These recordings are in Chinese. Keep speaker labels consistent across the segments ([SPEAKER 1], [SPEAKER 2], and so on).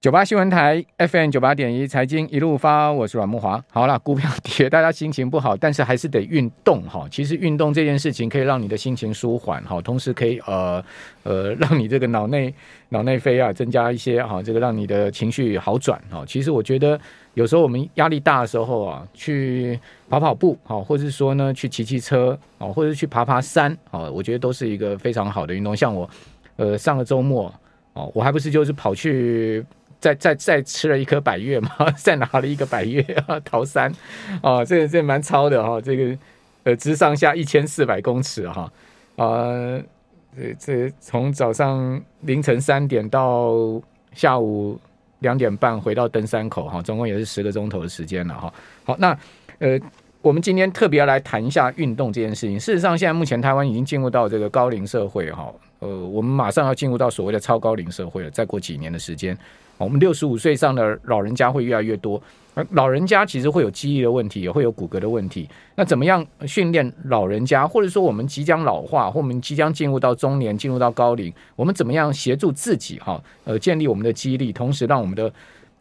[SPEAKER 1] 九八新闻台 FM 九八点一财经一路发，我是阮木华。好了，股票跌， 大家心情不好，但是还是得运动哈。其实运动这件事情可以让你的心情舒缓哈，同时可以呃呃让你这个脑内脑内啡啊增加一些哈，这个让你的情绪好转哈。其实我觉得有时候我们压力大的时候啊，去跑跑步哈，或者说呢去骑骑车啊，或者去爬爬山啊，我觉得都是一个非常好的运动。像我呃上个周末哦，我还不是就是跑去。再再再吃了一颗百 越嘛，再拿了一个百越啊，桃山，啊，这个这个、蛮超的哈、这个呃，直上下一千四百公尺哈，啊，这这从早上凌晨三点到下午两点半回到登山口哈、总共也是十个钟头的时间了哈、好，那呃，我们今天特别来谈一下运动这件事情。事实上，现在目前台湾已经进入到这个高龄社会哈、呃，我们马上要进入到所谓的超高龄社会了，再过几年的时间。哦我们六十五岁以上的老人家会越来越多，而老人家其实会有记忆的问题，也会有骨骼的问题。那怎么样训练老人家，或者说我们即将老化，或我们即将进入到中年、进入到高龄，我们怎么样协助自己哈？呃，建立我们的肌力，同时让我们的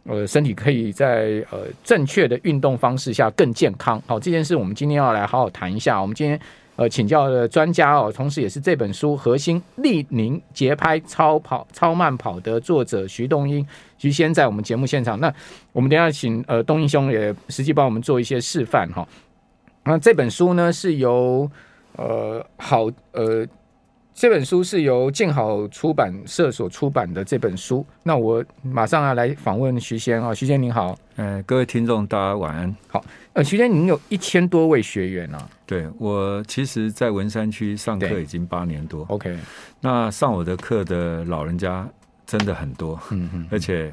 [SPEAKER 1] 呃身体可以在呃正确的运动方式下更健康。好、这件事我们今天要来好好谈一下。我们今天呃请教的专家哦，同时也是这本书核心“立宁节拍超跑超慢跑”的作者徐东英。徐先在我们节目现场。那我们等一下请呃东英兄也实际帮我们做一些示范哈。那这本书呢是由呃好呃这本书是由静好出版社所出版的这本书。那我马上要来访问徐先啊，徐先您好，
[SPEAKER 2] 呃，各位听众，大家晚安。
[SPEAKER 1] 呃徐先您有一千多位学员啊
[SPEAKER 2] 对我，其实，在文山区上课
[SPEAKER 1] 对
[SPEAKER 2] 已经八年多，
[SPEAKER 1] ，OK，
[SPEAKER 2] 那上我的课的老人家真的很多，
[SPEAKER 1] 嗯嗯，
[SPEAKER 2] 而且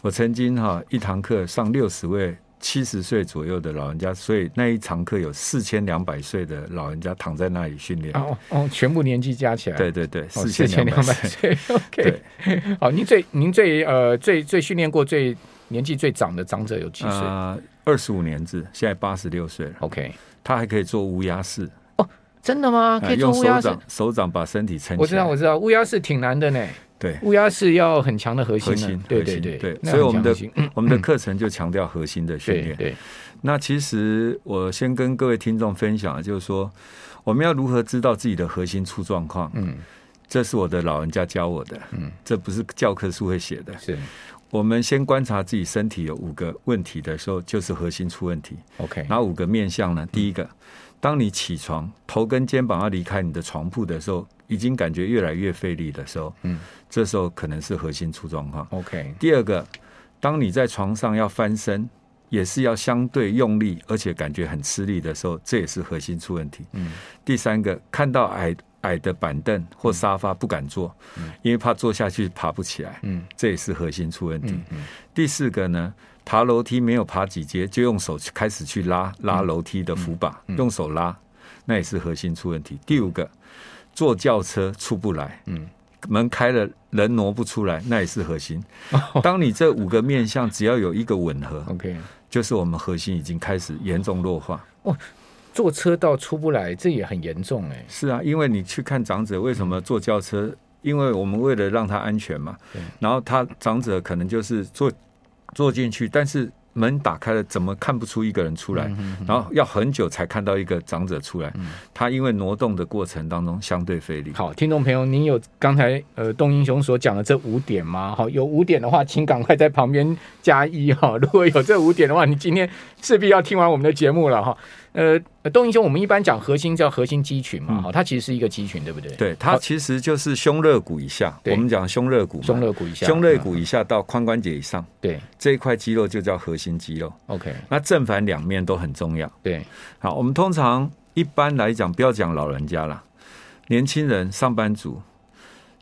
[SPEAKER 2] 我曾经哈、一堂课上六十位七十岁左右的老人家，所以那一堂课有四千两百岁的老人家躺在那里训练。
[SPEAKER 1] 哦哦，全部年纪加起来，
[SPEAKER 2] 对对对，
[SPEAKER 1] 哦。
[SPEAKER 2] 四
[SPEAKER 1] 四千
[SPEAKER 2] 千
[SPEAKER 1] 两
[SPEAKER 2] 两
[SPEAKER 1] 百
[SPEAKER 2] 百岁。
[SPEAKER 1] 岁，OK，
[SPEAKER 2] 对
[SPEAKER 1] 好，您最您最呃最最训练过最年纪最长的长者有几岁、
[SPEAKER 2] 啊，二十五年制，现在八十六岁了，
[SPEAKER 1] o k
[SPEAKER 2] 他还可以做乌鸦式，
[SPEAKER 1] 真的吗？哦可
[SPEAKER 2] 呃
[SPEAKER 1] 以做
[SPEAKER 2] 用
[SPEAKER 1] 乌
[SPEAKER 2] 手
[SPEAKER 1] 鸦式？
[SPEAKER 2] 掌手掌把身体撑起来。
[SPEAKER 1] 我知道，我知道，乌鸦是挺难的呢。
[SPEAKER 2] 对，
[SPEAKER 1] 乌鸦是要很强的核心
[SPEAKER 2] 核
[SPEAKER 1] 的
[SPEAKER 2] 心，，
[SPEAKER 1] 对
[SPEAKER 2] 核
[SPEAKER 1] 对
[SPEAKER 2] 心
[SPEAKER 1] 对
[SPEAKER 2] 对，
[SPEAKER 1] 那
[SPEAKER 2] 所以
[SPEAKER 1] 很
[SPEAKER 2] 我
[SPEAKER 1] 强
[SPEAKER 2] 们的
[SPEAKER 1] 核心嗯
[SPEAKER 2] 我们的课程就强调核心的训
[SPEAKER 1] 对
[SPEAKER 2] 练。
[SPEAKER 1] 对
[SPEAKER 2] 那其实我先跟各位听众分享，就是说我们要如何知道自己的核心出状况，
[SPEAKER 1] 嗯
[SPEAKER 2] 这是我的老人家教我的，
[SPEAKER 1] 嗯，
[SPEAKER 2] 这不是教科书会写的。
[SPEAKER 1] 是
[SPEAKER 2] 我们先观察自己身体有五个问题的时候，就是核心出问题。
[SPEAKER 1] OK
[SPEAKER 2] 哪五个面向呢？第
[SPEAKER 1] 嗯
[SPEAKER 2] 一个，当你起床，头跟肩膀要离开你的床铺的时候，已经感觉越来越费力的时候，
[SPEAKER 1] 嗯，
[SPEAKER 2] 这时候可能是核心出状况。
[SPEAKER 1] OK
[SPEAKER 2] 第二个，当你在床上要翻身，也是要相对用力，而且感觉很吃力的时候，这也是核心出问题。
[SPEAKER 1] 嗯，
[SPEAKER 2] 第三个，看到矮矮的板凳或沙发不敢坐，因为怕坐下去爬不起来，
[SPEAKER 1] 嗯
[SPEAKER 2] 这也是核心出问题。
[SPEAKER 1] 嗯嗯
[SPEAKER 2] 第四个呢，爬楼梯没有爬几阶，就用手去开始去拉
[SPEAKER 1] 嗯
[SPEAKER 2] 拉楼梯的扶把，用手拉，那也是核心出问题。第五个，坐轿车出不来，
[SPEAKER 1] 嗯
[SPEAKER 2] 门开了人挪不出来，那也是核心。
[SPEAKER 1] 哦
[SPEAKER 2] 当你这五个面向只要有一个吻合，
[SPEAKER 1] OK
[SPEAKER 2] 就是我们核心已经开始严重弱化。
[SPEAKER 1] 坐车道出不来，这也很严重哎。
[SPEAKER 2] 是啊，因为你去看长者为什么坐轿车，因为我们为了让他安全嘛
[SPEAKER 1] 对，
[SPEAKER 2] 然后他长者可能就是坐坐进去，但是门打开了，怎么看不出一个人出
[SPEAKER 1] 嗯
[SPEAKER 2] 来？然后要很久才看到一个长者出来，他因为挪动的过程当中相对费力。
[SPEAKER 1] 好，听众朋友，您有刚才呃东英雄所讲的这五点吗？好，有五点的话，请赶快在旁边加一哈、 如果有这五点的话，你今天势必要听完我们的节目了哈、呃，东英雄，我们一般讲核心叫核心肌群嘛，好、它其实是一个肌群，对不对？，
[SPEAKER 2] 嗯对，它其实就是胸肋骨以下，
[SPEAKER 1] 对
[SPEAKER 2] 我们讲胸肋骨嘛，
[SPEAKER 1] 胸肋骨以下，
[SPEAKER 2] 胸肋
[SPEAKER 1] 嗯
[SPEAKER 2] 骨以下到髋关节以上
[SPEAKER 1] 对
[SPEAKER 2] 这一块肌肉就叫核心肌肉。
[SPEAKER 1] ，OK，
[SPEAKER 2] 那正反两面都很重要。
[SPEAKER 1] 对，
[SPEAKER 2] 好，我们通常一般来讲，不要讲老人家啦，年轻人、上班族，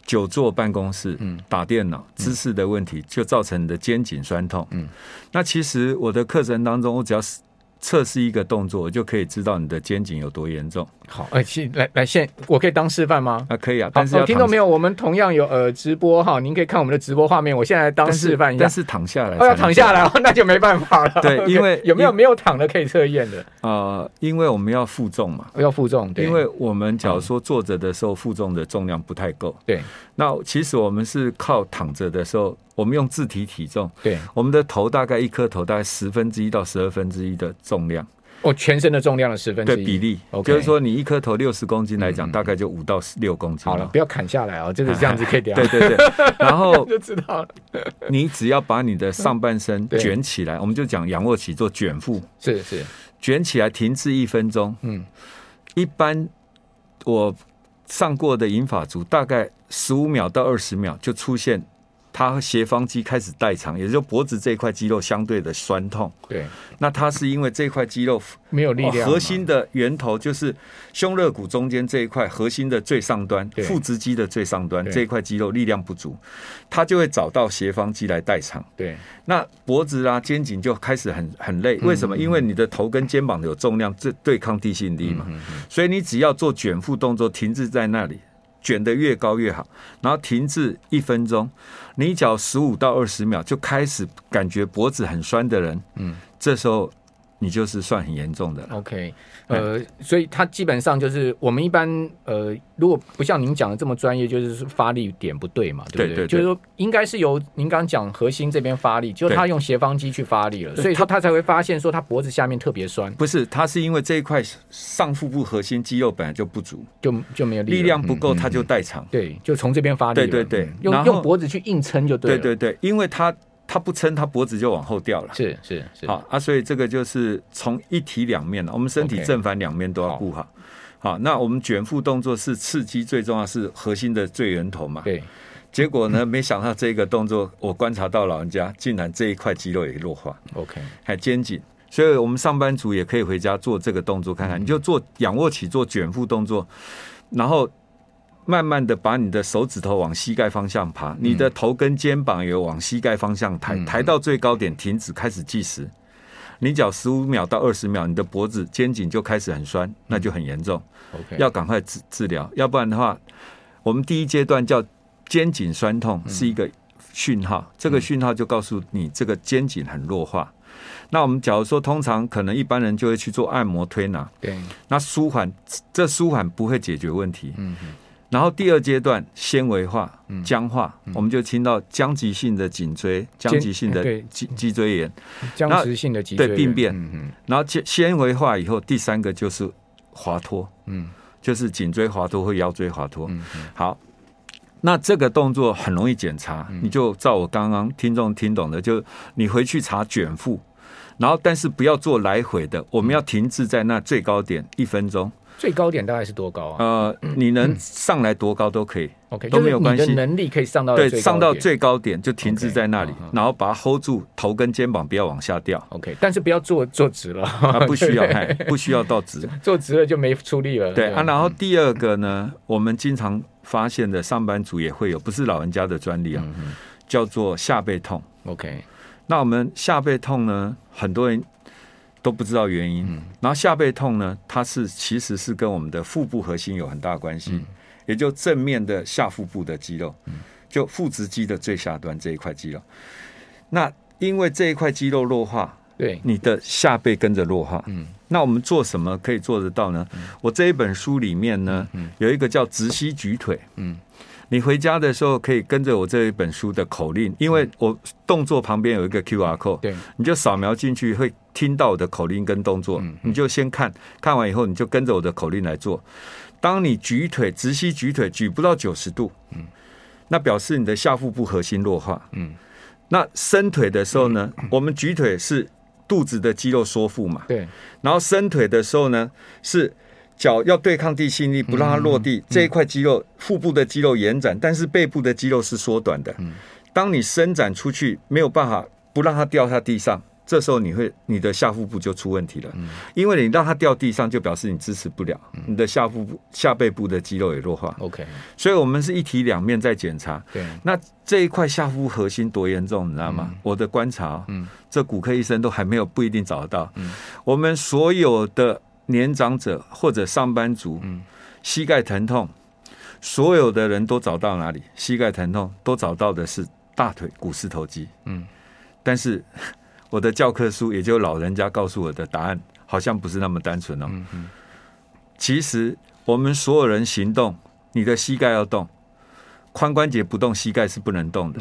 [SPEAKER 2] 久坐办公室、
[SPEAKER 1] 嗯
[SPEAKER 2] 打电脑，姿势的问题就造成你的肩颈酸痛。
[SPEAKER 1] 嗯，
[SPEAKER 2] 那其实我的课程当中，我只要是测试一个动作，我就可以知道你的肩颈有多严重。
[SPEAKER 1] 好，哎，现来来现，我可以当示范吗？
[SPEAKER 2] 啊，可以啊，
[SPEAKER 1] 好
[SPEAKER 2] 但是，要
[SPEAKER 1] 哦听
[SPEAKER 2] 躺
[SPEAKER 1] 到没有？我们同样有呃直播哈，您可以看我们的直播画面。我现在来当
[SPEAKER 2] 但是
[SPEAKER 1] 示范一下
[SPEAKER 2] 但。是躺下来
[SPEAKER 1] 哦，
[SPEAKER 2] 才能做，
[SPEAKER 1] 要躺下来哦， 那就没办法了。
[SPEAKER 2] 对
[SPEAKER 1] OK，
[SPEAKER 2] 因为
[SPEAKER 1] 有没有没有躺的可以测验的？
[SPEAKER 2] 呃，因为我们要负重嘛。
[SPEAKER 1] 要负重，对
[SPEAKER 2] 因为我们假如说坐着的时候，负重的重量不太够，
[SPEAKER 1] 对
[SPEAKER 2] 那其实我们是靠躺着的时候，我们用自体体重，
[SPEAKER 1] 对，
[SPEAKER 2] 我们的头大概一颗头大概十分之一到十二分之一的重量，
[SPEAKER 1] 哦，全身的重量的十分之
[SPEAKER 2] 对
[SPEAKER 1] 一
[SPEAKER 2] 比例，
[SPEAKER 1] OK 嗯
[SPEAKER 2] 就是说你一颗头六十公斤来讲，大概就五到六公斤
[SPEAKER 1] 好了，。不要砍下来哦，这个这样 子可以聊，
[SPEAKER 2] 对对嗯对， 然后
[SPEAKER 1] 就知道了。
[SPEAKER 2] 你只要把你的上半身
[SPEAKER 1] 对
[SPEAKER 2] 卷起来，我们就讲仰卧起坐卷腹，
[SPEAKER 1] 是是，
[SPEAKER 2] 卷起来停滞一分钟。
[SPEAKER 1] 嗯，
[SPEAKER 2] 一般我上过的银发族，大概十五秒到二十秒就出现他斜方肌开始代偿，也就是脖子这一块肌肉相对的酸痛。
[SPEAKER 1] 对，
[SPEAKER 2] 那它是因为这块肌肉
[SPEAKER 1] 没有力量嘛，
[SPEAKER 2] 哦核心的源头就是胸肋骨中间这一块核心的最上端，
[SPEAKER 1] 对
[SPEAKER 2] 腹直肌的最上端
[SPEAKER 1] 对
[SPEAKER 2] 这一块肌肉力量不足，它就会找到斜方肌来代偿。
[SPEAKER 1] 对
[SPEAKER 2] 那脖子啊、肩颈就开始很很累，
[SPEAKER 1] 嗯
[SPEAKER 2] 为什么？因为你的头跟肩膀有重量，这对抗地心力
[SPEAKER 1] 嗯
[SPEAKER 2] 嘛。所以你只要做卷腹动作，停滞在那里，卷得越高越好，然后停滞一分钟，你脚十五到二十秒就开始感觉脖子很酸的人，嗯，这时候你就是算很严重的了。
[SPEAKER 1] ，OK，呃，
[SPEAKER 2] 哎
[SPEAKER 1] 所以它基本上就是我们一般呃，如果不像您讲的这么专业，就是说发力点不对嘛，对不
[SPEAKER 2] 对对对
[SPEAKER 1] 就是说应该是由您刚刚讲核心这边发力，就是
[SPEAKER 2] 对
[SPEAKER 1] 他用斜方肌去发力了，
[SPEAKER 2] 对
[SPEAKER 1] 所以说他才会发现说他脖子下面特别酸，
[SPEAKER 2] 不是，它是因为这一块上腹部核心肌肉本来就不足，
[SPEAKER 1] 就就没有力
[SPEAKER 2] 力量不
[SPEAKER 1] 嗯
[SPEAKER 2] 够，它就代偿。
[SPEAKER 1] 对，就从这边发力了，
[SPEAKER 2] 对对对
[SPEAKER 1] 嗯用
[SPEAKER 2] 然后
[SPEAKER 1] 用脖子去硬撑就对
[SPEAKER 2] 对
[SPEAKER 1] 了，
[SPEAKER 2] 对对，因为它它不撑，它脖子就往后掉了。
[SPEAKER 1] 是是是，
[SPEAKER 2] 好啊，所以这个就是从一体两面了。我们身体
[SPEAKER 1] OK
[SPEAKER 2] 正反两面都要顾好。好，那我们卷腹动作是刺激最重要，是核心的最源头嘛。
[SPEAKER 1] 对，
[SPEAKER 2] 结果呢，没想到这个动作，我观察到老人家竟然这一块肌肉也弱化，
[SPEAKER 1] OK，
[SPEAKER 2] 还肩颈。所以我们上班族也可以回家做这个动作看看，你就做仰卧起坐卷腹动作，然后慢慢的把你的手指头往膝盖方向爬，你的头跟肩膀也往膝盖方向抬，抬到最高点停止，开始计时。你脚十五秒到二十秒，你的脖子、肩颈就开始很酸，那就很严重，
[SPEAKER 1] OK，
[SPEAKER 2] 要赶快治治疗，要不然的话，我们第一阶段叫肩颈酸痛
[SPEAKER 1] 嗯
[SPEAKER 2] 是一个讯号，这个讯号就告诉你这个肩颈很弱化。那我们假如说，通常可能一般人就会去做按摩推拿，
[SPEAKER 1] 对，
[SPEAKER 2] 那舒缓，这舒缓不会解决问题。
[SPEAKER 1] 嗯
[SPEAKER 2] 然后第二阶段纤维化、僵化，
[SPEAKER 1] 嗯
[SPEAKER 2] 我们就听到僵急性的颈椎、僵急性的
[SPEAKER 1] 哎对
[SPEAKER 2] 脊脊椎炎，
[SPEAKER 1] 僵直性的脊椎
[SPEAKER 2] 对病变
[SPEAKER 1] 嗯嗯，
[SPEAKER 2] 然后纤纤维化以后，第三个就是滑脱，
[SPEAKER 1] 嗯，
[SPEAKER 2] 就是颈椎滑脱或腰椎滑脱。好，那这个动作很容易检查，
[SPEAKER 1] 嗯
[SPEAKER 2] 你就照我刚刚听众听懂的，就你回去查卷腹，然后但是不要做来回的，我们要停滞在那最高
[SPEAKER 1] 嗯
[SPEAKER 2] 点一分钟。
[SPEAKER 1] 最高点大概是多高啊
[SPEAKER 2] 呃，你能上来多高都可以，
[SPEAKER 1] ？OK，
[SPEAKER 2] 都
[SPEAKER 1] 就是
[SPEAKER 2] 没有关系
[SPEAKER 1] 你的能力可以上到
[SPEAKER 2] 对，
[SPEAKER 1] 最高
[SPEAKER 2] 上到
[SPEAKER 1] 点
[SPEAKER 2] 最高点就停滞在那里
[SPEAKER 1] OK，嗯，，
[SPEAKER 2] 然后把它 hold 住，头跟肩膀不要往下掉
[SPEAKER 1] OK，但是 不要坐坐直了，
[SPEAKER 2] 啊，不需要，哎，不需要到直。
[SPEAKER 1] 坐直了就没出力了。
[SPEAKER 2] 对啊，然后第二个呢，我们经常发现的上班族也会有，不是老人家的专利啊，叫做下背痛。
[SPEAKER 1] OK，
[SPEAKER 2] 那我们下背痛呢，很多人都不知道原因。然后下背痛呢，它是其实是跟我们的腹部核心有很大关系，也就正面的下腹部的肌肉，就腹直肌的最下端这一块肌肉。那因为这一块肌肉弱化，
[SPEAKER 1] 对，
[SPEAKER 2] 你的下背跟着弱化。嗯，那我们做什么可以做得到呢？我这一本书里面呢，有一个叫直膝举腿。嗯，你回家的时候可以跟着我这一本书的口令，因为我动作旁边有一个 Q R code，
[SPEAKER 1] 对，
[SPEAKER 2] 你就扫描进去，会听到我的口令跟动作。你就先看看完以后，你就跟着我的口令来做。当你举腿直膝举腿举不到九十度，嗯，那表示你的下腹部核心弱化。那伸腿的时候呢，我们举腿是肚子的肌肉收腹嘛，
[SPEAKER 1] 对，
[SPEAKER 2] 然后伸腿的时候呢，是脚要对抗地心力，不让它落地，这一块肌肉腹部的肌肉延展，但是背部的肌肉是缩短的。当你伸展出去，没有办法不让它掉下地上。这时候你会你的下腹部就出问题了，因为你让它掉地上，就表示你支持不了，你的下腹部下背部的肌肉也弱化，
[SPEAKER 1] OK，
[SPEAKER 2] 所以我们是一体两面在检查。
[SPEAKER 1] 对，
[SPEAKER 2] 那这一块下腹核心多严重，你知道吗？我的观察、哦，嗯，这骨科医生都还没有不一定找得到。嗯，我们所有的年长者或者上班族，嗯，膝盖疼痛，所有的人都找到哪里？膝盖疼痛都找到的是大腿股四头肌。嗯，但是 我的教科书也就老人家告诉我的答案，好像不是那么单纯哦。嗯其实我们所有人行动，你的膝盖要动，髋关节不动，膝盖是不能动的。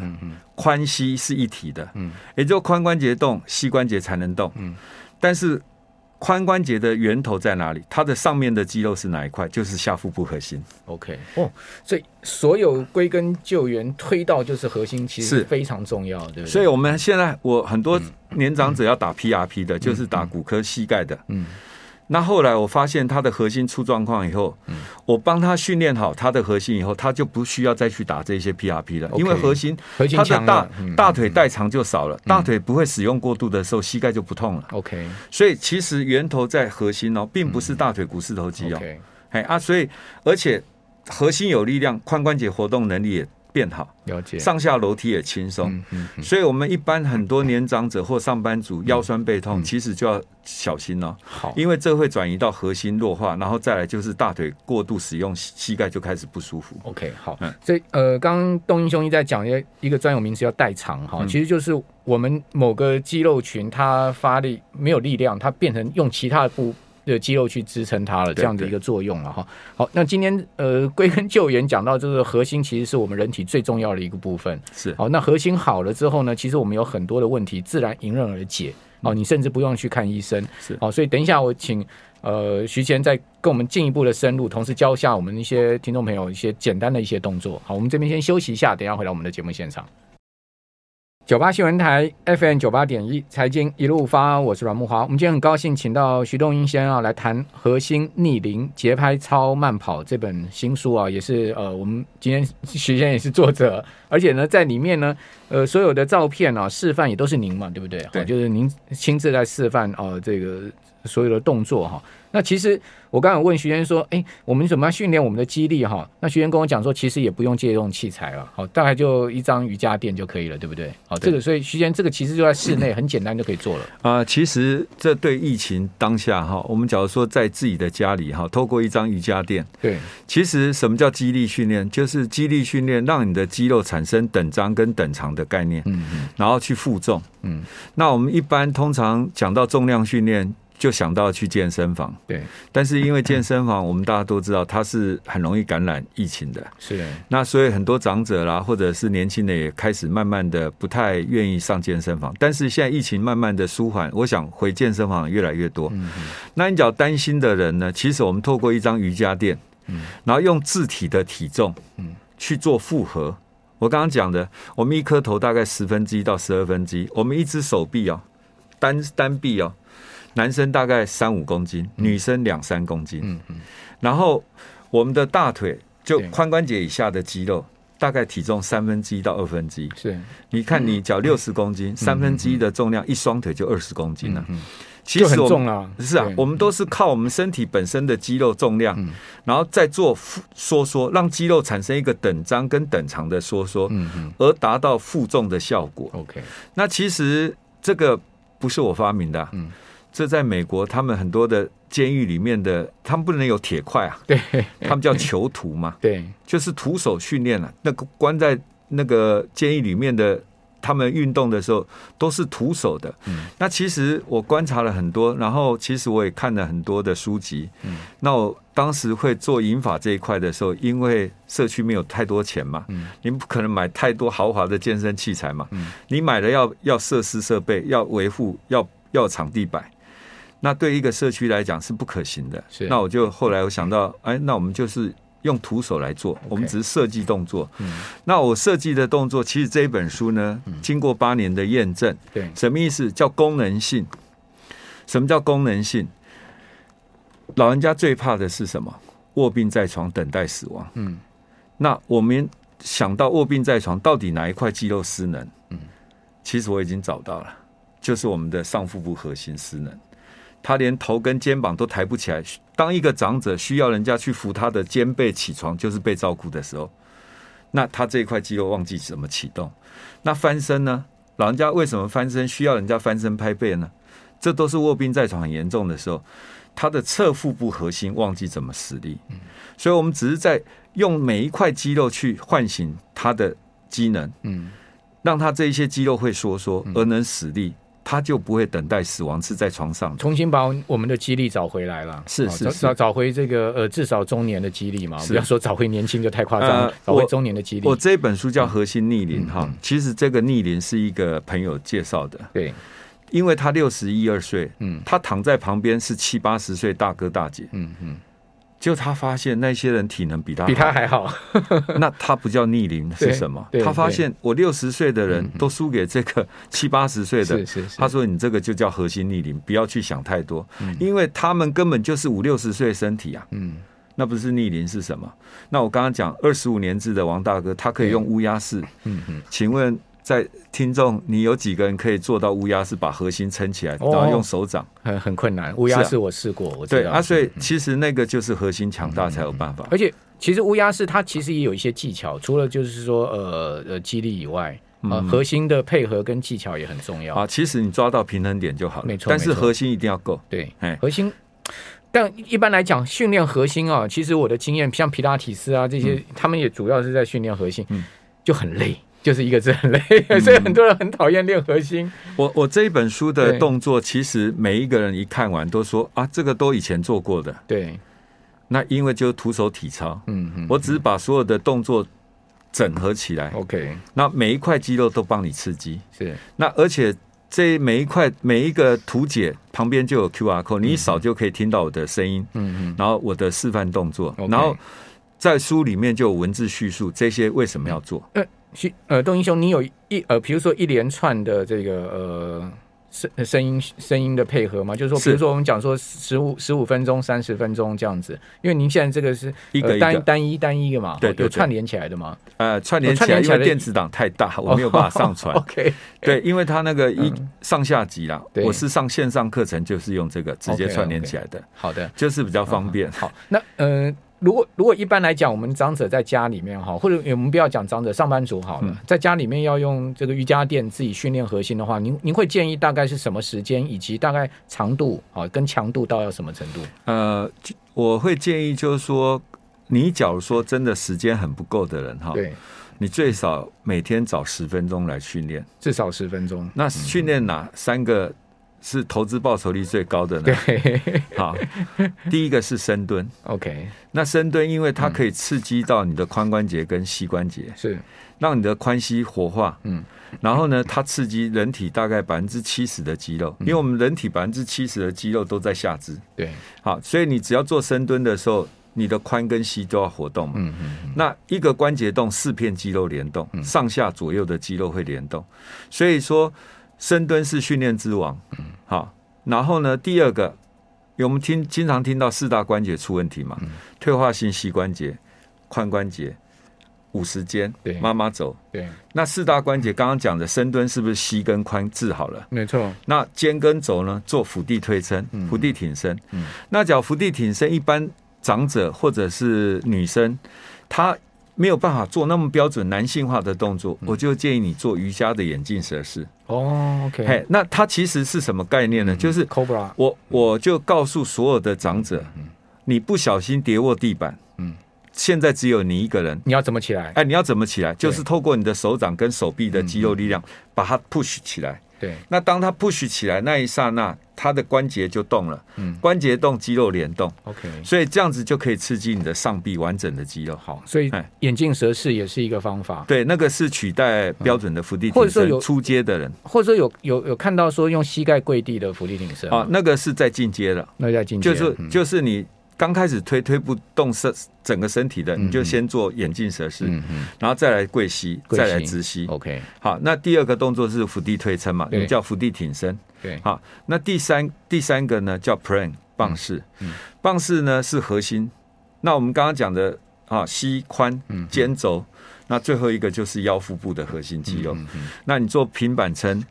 [SPEAKER 2] 髋膝是一体的，也就髋关节动，膝关节才能动。但是髋关节的源头在哪里？它的上面的肌肉是哪一块？就是下腹部核心。
[SPEAKER 1] OK，哦，所以所有归根究源推到就是核心，其实
[SPEAKER 2] 是
[SPEAKER 1] 非常重要，对不对？
[SPEAKER 2] 所以我们现在我很多
[SPEAKER 1] 嗯
[SPEAKER 2] 年长者要打 PRP 的，就是打骨科膝盖的。
[SPEAKER 1] 嗯
[SPEAKER 2] 那后来我发现他的核心出状况以后，
[SPEAKER 1] 嗯
[SPEAKER 2] 我帮他训练好他的核心以后，他就不需要再去打这些 PRP 了，
[SPEAKER 1] OK
[SPEAKER 2] 因为核心
[SPEAKER 1] 核心
[SPEAKER 2] 他
[SPEAKER 1] 强
[SPEAKER 2] 的
[SPEAKER 1] 了
[SPEAKER 2] 大
[SPEAKER 1] 嗯
[SPEAKER 2] 大腿代偿就少了，大腿不会使用过度的时候，膝盖就不痛了。
[SPEAKER 1] ，OK
[SPEAKER 2] 所以其实源头在核心哦，并不是大腿股四头肌
[SPEAKER 1] 嗯
[SPEAKER 2] 哦。
[SPEAKER 1] OK，
[SPEAKER 2] 哎啊，所以而且核心有力量，髋关节活动能力也变好，
[SPEAKER 1] 了解。
[SPEAKER 2] 上下楼梯也轻松。
[SPEAKER 1] 嗯嗯
[SPEAKER 2] 所以，我们一般很多年长者或上班族腰酸背痛，其实就要小心哦。
[SPEAKER 1] 嗯好，
[SPEAKER 2] 因为这会转移到核心弱化，然后再来就是大腿过度使用，膝膝盖就开始不舒服。
[SPEAKER 1] OK，好，
[SPEAKER 2] 嗯
[SPEAKER 1] 所以呃，刚刚东英兄弟在讲一个一个专有名词叫代偿哈，其实就是我们某个肌肉群它发力没有力量，它变成用其他的部的肌肉去支撑它了，
[SPEAKER 2] 对
[SPEAKER 1] 这样的一个作用了哈。好，那今天呃归根究源讲到这个核心，其实是我们人体最重要的一个部分。
[SPEAKER 2] 是
[SPEAKER 1] 好，那核心好了之后呢，其实我们有很多的问题自然迎刃而解。哦，你甚至不用去看医生。哦
[SPEAKER 2] 是
[SPEAKER 1] 好，所以等一下我请呃徐贤再跟我们进一步的深入，同时教一下我们一些听众朋友一些简单的一些动作。好，我们这边先休息一下，等一下回到我们的节目现场。九八新闻台 FM 九八点一财经一路发，我是阮木华。我们今天很高兴请到徐东英先生啊来谈《核心逆龄节拍超慢跑》这本新书啊，也是呃我们今天徐先生也是作者，而且呢在里面呢呃所有的照片啊示范也都是您嘛，对不对？
[SPEAKER 2] 对
[SPEAKER 1] 哦就是您亲自在示范哦、呃这个所有的动作哈、那其实我刚刚有问徐先生说，哎，我们怎么样训练我们的肌力哈、那徐先生跟我讲说，其实也不用借用器材了，好、大概就一张瑜伽垫就可以了，对不对？好、这
[SPEAKER 2] 对
[SPEAKER 1] 个所以徐先生这个其实就在室内，很简单就可以做 了。
[SPEAKER 2] 啊、其实这对疫情当下哈，我们假如说在自己的家里哈，透过一张瑜伽垫，
[SPEAKER 1] 对，
[SPEAKER 2] 其实什么叫肌力训练？就是肌力训练让你的肌肉产生等张跟等长的概念，
[SPEAKER 1] 嗯嗯
[SPEAKER 2] 然后去负重。
[SPEAKER 1] 嗯，
[SPEAKER 2] 那我们一般通常讲到重量训练，就想到去健身房，
[SPEAKER 1] 对，
[SPEAKER 2] 但是因为健身房我们大家都知道它是很容易感染疫情的。
[SPEAKER 1] 是，
[SPEAKER 2] 那所以很多长者啦，或者是年轻的也开始慢慢的不太愿意上健身房，但是现在疫情慢慢的舒缓，我想回健身房越来越多。
[SPEAKER 1] 嗯
[SPEAKER 2] 那你只要担心的人呢，其实我们透过一张瑜伽垫，
[SPEAKER 1] 嗯
[SPEAKER 2] 然后用自体的体重，去做复合。我刚刚讲的，我们一颗头大概十分之一到十二分之一，我们一只手臂哦，单单臂哦，男生大概三五公斤，女生两三公斤。
[SPEAKER 1] 嗯嗯，
[SPEAKER 2] 然后我们的大腿就
[SPEAKER 1] 对
[SPEAKER 2] 髋关节以下的肌肉，大概体重三分之一到二分之一。
[SPEAKER 1] 是，
[SPEAKER 2] 你
[SPEAKER 1] 嗯
[SPEAKER 2] 看，你脚六十公斤，三分之一的重量，一双腿就二十公斤了。
[SPEAKER 1] 嗯
[SPEAKER 2] 其
[SPEAKER 1] 就很
[SPEAKER 2] 实我
[SPEAKER 1] 重
[SPEAKER 2] 们
[SPEAKER 1] 了。
[SPEAKER 2] 是啊
[SPEAKER 1] 对，嗯
[SPEAKER 2] 我们都是靠我们身体本身的肌肉重量，然后再做复收缩，让肌肉产生一个等张跟等长的收缩，
[SPEAKER 1] 嗯嗯
[SPEAKER 2] 而达到负重的效果。
[SPEAKER 1] ，OK，
[SPEAKER 2] 那其实这个不是我发明的、啊，
[SPEAKER 1] 嗯
[SPEAKER 2] 这在美国他们很多的监狱里面的，他们不能有铁 块啊，
[SPEAKER 1] 对
[SPEAKER 2] 他们叫囚徒嘛，
[SPEAKER 1] 对，
[SPEAKER 2] 就是徒手训练了、啊那个关在那个监狱里面的，他们运动的时候都是徒手的。
[SPEAKER 1] 嗯
[SPEAKER 2] 那其实我观察了很多，然后其实我也看了很多的书籍。
[SPEAKER 1] 嗯
[SPEAKER 2] 那我当时会做银法这一块的时候，因为社区没有太多钱嘛，
[SPEAKER 1] 嗯
[SPEAKER 2] 你不可能买太多豪华的健身器材嘛。
[SPEAKER 1] 嗯
[SPEAKER 2] 你买了要要设施设备，要维护，要要场地摆。那对一个社区来讲是不可行的。
[SPEAKER 1] 是嗯
[SPEAKER 2] 那我就后来我想到，哎，那我们就是用徒手来做，我们只是设计动作。
[SPEAKER 1] 嗯
[SPEAKER 2] 那我设计的动作，其实这一本书呢，经过八年的验证，
[SPEAKER 1] 对，
[SPEAKER 2] 什么意思？叫功能性。什么叫功能性？老人家最怕的是什么？卧病在床，等待死亡。
[SPEAKER 1] 嗯
[SPEAKER 2] 那我们想到卧病在床，到底哪一块肌肉失能？
[SPEAKER 1] 嗯
[SPEAKER 2] 嗯，其实我已经找到了，就是我们的上腹部核心失能。他连头跟肩膀都抬不起来。当一个长者需要人家去扶他的肩背起床，就是被照顾的时候，那他这一块肌肉忘记怎么启动。那翻身呢？老人家为什么翻身需要人家翻身拍背呢？这都是卧病在床很严重的时候，他的侧腹部核心忘记怎么使力。所以我们只是在用每一块肌肉去唤醒它的机能，
[SPEAKER 1] 嗯
[SPEAKER 2] 让它这一些肌肉会收缩而能使力，它他就不会等待死亡是在床上的。
[SPEAKER 1] 重新把我们的肌力找回来了，
[SPEAKER 2] 是
[SPEAKER 1] 哦
[SPEAKER 2] 是
[SPEAKER 1] 找
[SPEAKER 2] 是
[SPEAKER 1] 找找回这个呃至少中年的肌力嘛，
[SPEAKER 2] 是
[SPEAKER 1] 不要说找回年轻就太夸张了
[SPEAKER 2] 呃，
[SPEAKER 1] 找回
[SPEAKER 2] 我
[SPEAKER 1] 中年的肌力
[SPEAKER 2] 我，这本书叫《核心逆
[SPEAKER 1] 嗯
[SPEAKER 2] 鳞》哈
[SPEAKER 1] 嗯，
[SPEAKER 2] 其实这个逆鳞是一个朋友介绍的，
[SPEAKER 1] 对，
[SPEAKER 2] 因为他六十一二岁，
[SPEAKER 1] 嗯
[SPEAKER 2] 他躺在旁边是七八十岁大哥大姐，
[SPEAKER 1] 嗯嗯，
[SPEAKER 2] 就他发现那些人体能比他
[SPEAKER 1] 比他
[SPEAKER 2] 好
[SPEAKER 1] 还好，
[SPEAKER 2] 那他不叫逆龄
[SPEAKER 1] 对
[SPEAKER 2] 是什么
[SPEAKER 1] 对？
[SPEAKER 2] 他发
[SPEAKER 1] 对嗯
[SPEAKER 2] 现我六十岁的人都输给这个 七八十岁的
[SPEAKER 1] 是，是是
[SPEAKER 2] 他，说你这个就叫核心逆龄，不要去想太多，因为他们根本就是五六十岁身体啊，
[SPEAKER 1] 嗯，
[SPEAKER 2] 那不是逆龄是什么？那我刚刚讲二十五年制的王大哥，他可以用乌鸦式，
[SPEAKER 1] 嗯嗯，
[SPEAKER 2] 请问在听众你有几个人可以做到乌鸦式把核心撑起来，
[SPEAKER 1] 哦
[SPEAKER 2] 然后用手掌？
[SPEAKER 1] 很很困难。乌鸦
[SPEAKER 2] 是啊
[SPEAKER 1] 式我试过，我知
[SPEAKER 2] 对
[SPEAKER 1] 道嗯
[SPEAKER 2] 啊，，所以其实那个就是核心强大才有办法。
[SPEAKER 1] 而且其实乌鸦式它其实也有一些技巧，除了就是说呃呃肌力以外，呃
[SPEAKER 2] 嗯
[SPEAKER 1] 核心的配合跟技巧也很重要。
[SPEAKER 2] 啊，其实你抓到平衡点就好了，
[SPEAKER 1] 没错
[SPEAKER 2] 但
[SPEAKER 1] 没
[SPEAKER 2] 是
[SPEAKER 1] 错
[SPEAKER 2] 核心一定要够。
[SPEAKER 1] 对
[SPEAKER 2] 哎，
[SPEAKER 1] 核心。但一般来讲，训练核心啊，其实我的经验，像皮拉提斯啊这些，他们也主要是在训练核心，
[SPEAKER 2] 嗯
[SPEAKER 1] 就很累，就是一个字很累， 所以很多人很讨厌练核心。
[SPEAKER 2] 我我这一本书
[SPEAKER 1] 对
[SPEAKER 2] 的动作，其实每一个人一看完都说啊，这个都以前做过的。
[SPEAKER 1] 对，
[SPEAKER 2] 那因为就是徒手体操，
[SPEAKER 1] 嗯嗯哦
[SPEAKER 2] 我只是把所有的动作整合起来，
[SPEAKER 1] ，OK，
[SPEAKER 2] 那每一块肌肉都帮你刺激。
[SPEAKER 1] 是
[SPEAKER 2] 那而且这每一块每一个图解旁边就有 Q R code，你一扫就可以听到我的声音，
[SPEAKER 1] 嗯嗯，
[SPEAKER 2] 然后我的示范动作，
[SPEAKER 1] OK
[SPEAKER 2] 然后在书里面就有文字叙述这些为什么要做。
[SPEAKER 1] 是呃，邓英雄，你有一呃，比如说一连串的这个呃声声音声音的配合吗？就是说，比
[SPEAKER 2] 是
[SPEAKER 1] 如说我们讲说十五十五分钟、三十分钟这样子，因为您现在这个是
[SPEAKER 2] 一个
[SPEAKER 1] 呃
[SPEAKER 2] 一个
[SPEAKER 1] 单单一单一个嘛，
[SPEAKER 2] 对对
[SPEAKER 1] 有
[SPEAKER 2] 对
[SPEAKER 1] 串联起来的嘛
[SPEAKER 2] 呃，串联起
[SPEAKER 1] 哦串
[SPEAKER 2] 来，
[SPEAKER 1] 联起
[SPEAKER 2] 因
[SPEAKER 1] 来的哦
[SPEAKER 2] 为电子档太大，我没有办法 上传。
[SPEAKER 1] ，OK，
[SPEAKER 2] 对，因为他那个一上下级啦，
[SPEAKER 1] 哎嗯对
[SPEAKER 2] 我是上线上课程，就是用这个直接
[SPEAKER 1] OK，
[SPEAKER 2] 串联起来的，
[SPEAKER 1] 好的。
[SPEAKER 2] 就是比
[SPEAKER 1] 嗯
[SPEAKER 2] 较方便。好，
[SPEAKER 1] 那呃，如果如果一般来讲，我们长者在家里面哈，或者呃我们不要讲长者，上班族好了，
[SPEAKER 2] 嗯
[SPEAKER 1] 在家里面要用这个瑜伽垫自己训练核心的话，您您会建议大概是什么时间，以及大概长度啊、跟强度到要什么程度？
[SPEAKER 2] 呃，就我会建议就是说，你假如说真的时间很不够的人哈，
[SPEAKER 1] 对，
[SPEAKER 2] 你最少每天找十分钟来训练。
[SPEAKER 1] 至少十分钟。
[SPEAKER 2] 那训练哪三个是投资报酬率最高的呢？
[SPEAKER 1] 对
[SPEAKER 2] 好，第一个是深蹲。
[SPEAKER 1] ，OK，
[SPEAKER 2] 那深蹲，因为它
[SPEAKER 1] 嗯
[SPEAKER 2] 可以刺激到你的髋关节跟膝关节，
[SPEAKER 1] 是
[SPEAKER 2] 让你的髋膝活化，
[SPEAKER 1] 嗯
[SPEAKER 2] 嗯，然后呢，它刺激人体大概百分之七十的肌
[SPEAKER 1] 嗯
[SPEAKER 2] 肉，因为我们人体百分之七十的肌肉都在下肢，
[SPEAKER 1] 对，
[SPEAKER 2] 好，所以你只要做深蹲的时候，你的髋跟膝都要活动嘛，
[SPEAKER 1] 嗯嗯，
[SPEAKER 2] 那一个关节动四片肌肉联动，上下左右的肌肉会联动，所以说深蹲是训练之王，
[SPEAKER 1] 嗯
[SPEAKER 2] 好，然后呢，第二个，我们听经常听到四大关节出问题
[SPEAKER 1] 嗯
[SPEAKER 2] 嘛，退化性膝关节、髋关节、五十肩
[SPEAKER 1] 对、
[SPEAKER 2] 妈妈走。
[SPEAKER 1] 对，
[SPEAKER 2] 那四大关节刚刚讲的深蹲是不是膝跟髋治好了？
[SPEAKER 1] 没错，
[SPEAKER 2] 那肩跟肘呢？做伏地推撑、伏地挺身。那脚伏地挺身，一般长者或者是女生，她没有办法做那么标准男性化的动作，我就建议你做瑜伽的眼镜蛇式。
[SPEAKER 1] 哦，OK，
[SPEAKER 2] 嘿，那它其实是什么概念呢？就是
[SPEAKER 1] ，Cobra，
[SPEAKER 2] 我我就告诉所有的长者，你不小心跌落地板，
[SPEAKER 1] 嗯
[SPEAKER 2] 现在只有你一个人，
[SPEAKER 1] 你要怎么起来？
[SPEAKER 2] 哎，你要怎么起来？
[SPEAKER 1] 对嗯
[SPEAKER 2] 就是透过你的手掌跟手臂的肌肉力量，把它 push 起来。
[SPEAKER 1] 对，
[SPEAKER 2] 那当它 push 起来那一刹那，它的关节就动了，
[SPEAKER 1] 嗯
[SPEAKER 2] 关节动，肌肉联动，
[SPEAKER 1] ，OK，
[SPEAKER 2] 所以这样子就可以刺激你的上臂完整的肌肉。
[SPEAKER 1] 好，所以
[SPEAKER 2] 哎
[SPEAKER 1] 眼镜蛇式也是一个方法。
[SPEAKER 2] 对，那个是取代标准的伏地
[SPEAKER 1] 或者
[SPEAKER 2] 挺
[SPEAKER 1] 说有
[SPEAKER 2] 身，初阶的人
[SPEAKER 1] 或者说有有有看到说用膝盖跪地的伏地挺身吗
[SPEAKER 2] 啊，那个是在进阶了，
[SPEAKER 1] 那嗯叫进阶，
[SPEAKER 2] 就是
[SPEAKER 1] 嗯
[SPEAKER 2] 就是你刚开始推推不动身整个身体的，
[SPEAKER 1] 嗯
[SPEAKER 2] 你就先做眼镜蛇式，
[SPEAKER 1] 嗯嗯
[SPEAKER 2] 然后再来跪膝，
[SPEAKER 1] 跪膝
[SPEAKER 2] 再来直膝。
[SPEAKER 1] ，OK，
[SPEAKER 2] 好，那第二个动作是伏地推撑嘛，
[SPEAKER 1] 对
[SPEAKER 2] 我们叫伏地挺身。
[SPEAKER 1] 对，
[SPEAKER 2] 好，那第三第三个呢叫 prane 棒式，棒式呢是核心。那我们刚刚讲的啊，膝髋、肩肘，那最后一个就是腰腹部的核心肌肉。那你做平板撑，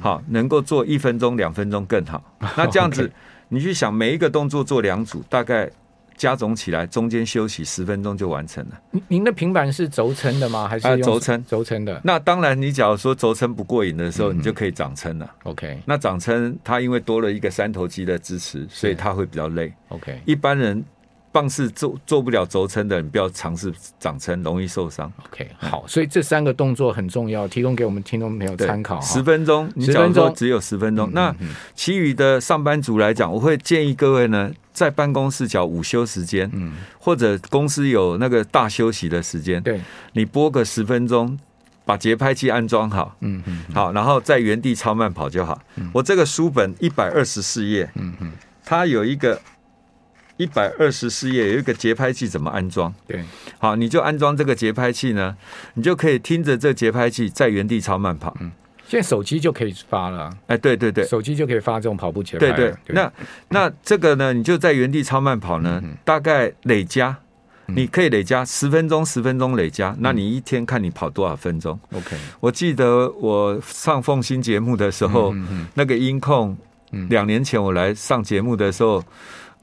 [SPEAKER 2] 好，能够做一分钟、两分钟更好。那这样子
[SPEAKER 1] OK，
[SPEAKER 2] 你去想每一个动作做两组，大概加总起来，中间休息十分钟就完成了。
[SPEAKER 1] 您您的平板是轴承的吗？还是
[SPEAKER 2] 啊
[SPEAKER 1] 用
[SPEAKER 2] 轴承
[SPEAKER 1] 轴承的
[SPEAKER 2] 那当然，你假如说轴撑不过瘾的时候，你就可以掌撑了。
[SPEAKER 1] ？OK
[SPEAKER 2] 那掌撑它因为多了一个三头肌的支持，所以它会比较累。
[SPEAKER 1] OK，
[SPEAKER 2] 一般人棒式做做不了轴撑的，你不要尝试掌撑，容易受伤。
[SPEAKER 1] OK，好，所以这三个动作很重要，提供给我们听众朋友
[SPEAKER 2] 对
[SPEAKER 1] 参考。
[SPEAKER 2] 十
[SPEAKER 1] 哈。
[SPEAKER 2] 分钟，你
[SPEAKER 1] 10
[SPEAKER 2] 假如
[SPEAKER 1] 分
[SPEAKER 2] 说
[SPEAKER 1] 钟嗯
[SPEAKER 2] 只有十分钟，那其余的上班族来讲，我会建议各位呢，在办公室找午休时间，嗯，或者公司有那个大休息的时间，
[SPEAKER 1] 对，
[SPEAKER 2] 你播个十分钟，把节拍器安装好，
[SPEAKER 1] 嗯嗯，
[SPEAKER 2] 好，然后在原地超慢跑就好。我这个书本一百二十四页，嗯嗯，它有一个一百二十四页有一个节拍器怎么安装。
[SPEAKER 1] 对，
[SPEAKER 2] 好，你就安装这个节拍器呢，你就可以听着这节拍器在原地超慢跑。
[SPEAKER 1] 现在手机就可以发了，
[SPEAKER 2] 哎，对对对。
[SPEAKER 1] 嗯手机就可以发这种跑步节拍
[SPEAKER 2] 对
[SPEAKER 1] 了。
[SPEAKER 2] 对，那那这个呢，你就在原地超慢跑
[SPEAKER 1] 嗯
[SPEAKER 2] 呢，大概累加，你可以累加十分钟，十分钟累加，
[SPEAKER 1] 嗯
[SPEAKER 2] 那你一天看你跑多少分钟。
[SPEAKER 1] OK，
[SPEAKER 2] 我记得我上凤新节目的时
[SPEAKER 1] 嗯
[SPEAKER 2] 候，那个音控，两年前我来上节目的时候，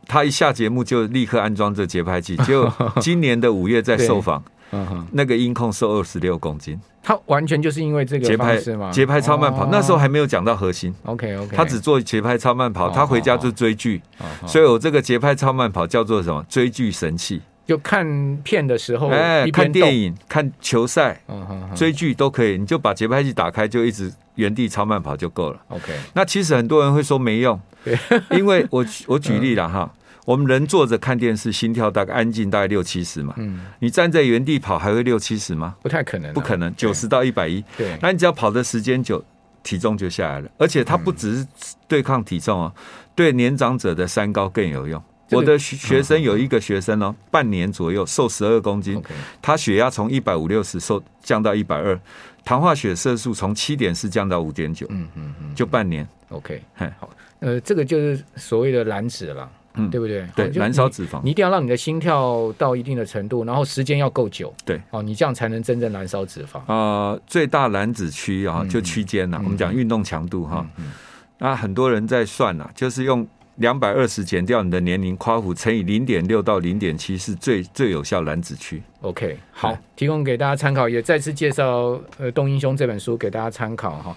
[SPEAKER 2] 他一下节目就立刻安装这节拍器，结果今年的五月在受访，
[SPEAKER 1] 嗯哼，
[SPEAKER 2] 那个音控瘦二十六公斤，
[SPEAKER 1] 他完全就是因为这个
[SPEAKER 2] 节拍
[SPEAKER 1] 方式嘛，
[SPEAKER 2] 节拍超慢跑，
[SPEAKER 1] 哦
[SPEAKER 2] 那时候还没有讲到核心。
[SPEAKER 1] OK OK，
[SPEAKER 2] 他只做节拍超慢跑，
[SPEAKER 1] 哦
[SPEAKER 2] 他回家就追剧，所以我这个节拍超慢跑叫做什么？追剧神器。
[SPEAKER 1] 就看片的时候，
[SPEAKER 2] 哎，
[SPEAKER 1] 哦一
[SPEAKER 2] 看
[SPEAKER 1] 边
[SPEAKER 2] 电
[SPEAKER 1] 动，
[SPEAKER 2] 影、看球赛、
[SPEAKER 1] 嗯哼哼
[SPEAKER 2] 追剧都可以，你就把节拍器打开，就一直原地超慢跑就够了。
[SPEAKER 1] ，OK，
[SPEAKER 2] 那其实很多人会说没 用
[SPEAKER 1] 对，
[SPEAKER 2] 因为我我举
[SPEAKER 1] 嗯
[SPEAKER 2] 例了哈，我们人坐着看电视，心跳大概安静大概六七十嘛，
[SPEAKER 1] 嗯，
[SPEAKER 2] 你站在原地跑还会六七十吗？
[SPEAKER 1] 不太可能啊，
[SPEAKER 2] 不可能，九十到一百一，
[SPEAKER 1] 对，
[SPEAKER 2] 那你只要跑的时间久，体重就下来了。而且它
[SPEAKER 1] 嗯
[SPEAKER 2] 不只是对抗体重哦，对年长者的三高更有用。
[SPEAKER 1] 这个嗯
[SPEAKER 2] 我的学学生有一个学生哦，半年左右瘦十二公斤，
[SPEAKER 1] OK，
[SPEAKER 2] 他血压从一百五六十瘦降到一百二，糖化血色素从七点四降到五点九，
[SPEAKER 1] 嗯嗯嗯
[SPEAKER 2] 就半年。
[SPEAKER 1] ，OK，
[SPEAKER 2] 嘿
[SPEAKER 1] 好，呃，这个就是所谓的燃脂了，
[SPEAKER 2] 嗯
[SPEAKER 1] 对不对？
[SPEAKER 2] 对
[SPEAKER 1] 好，就
[SPEAKER 2] 燃烧
[SPEAKER 1] 你
[SPEAKER 2] 脂肪。
[SPEAKER 1] 你一定要让你的心跳到一定的程度，然后时间要够久，
[SPEAKER 2] 对，
[SPEAKER 1] 哦，你这样才能真正燃烧脂肪。
[SPEAKER 2] 呃，最大燃脂区啊，就区间呐、我们讲运动强度哈、那很多人在算呐、就是用两百二十减掉你的年龄，夸虎乘以零点六到零点七是最最有效燃脂区。
[SPEAKER 1] OK，好
[SPEAKER 2] 对，
[SPEAKER 1] 提供给大家参考，也再次介绍呃东英兄这本书给大家参考哈。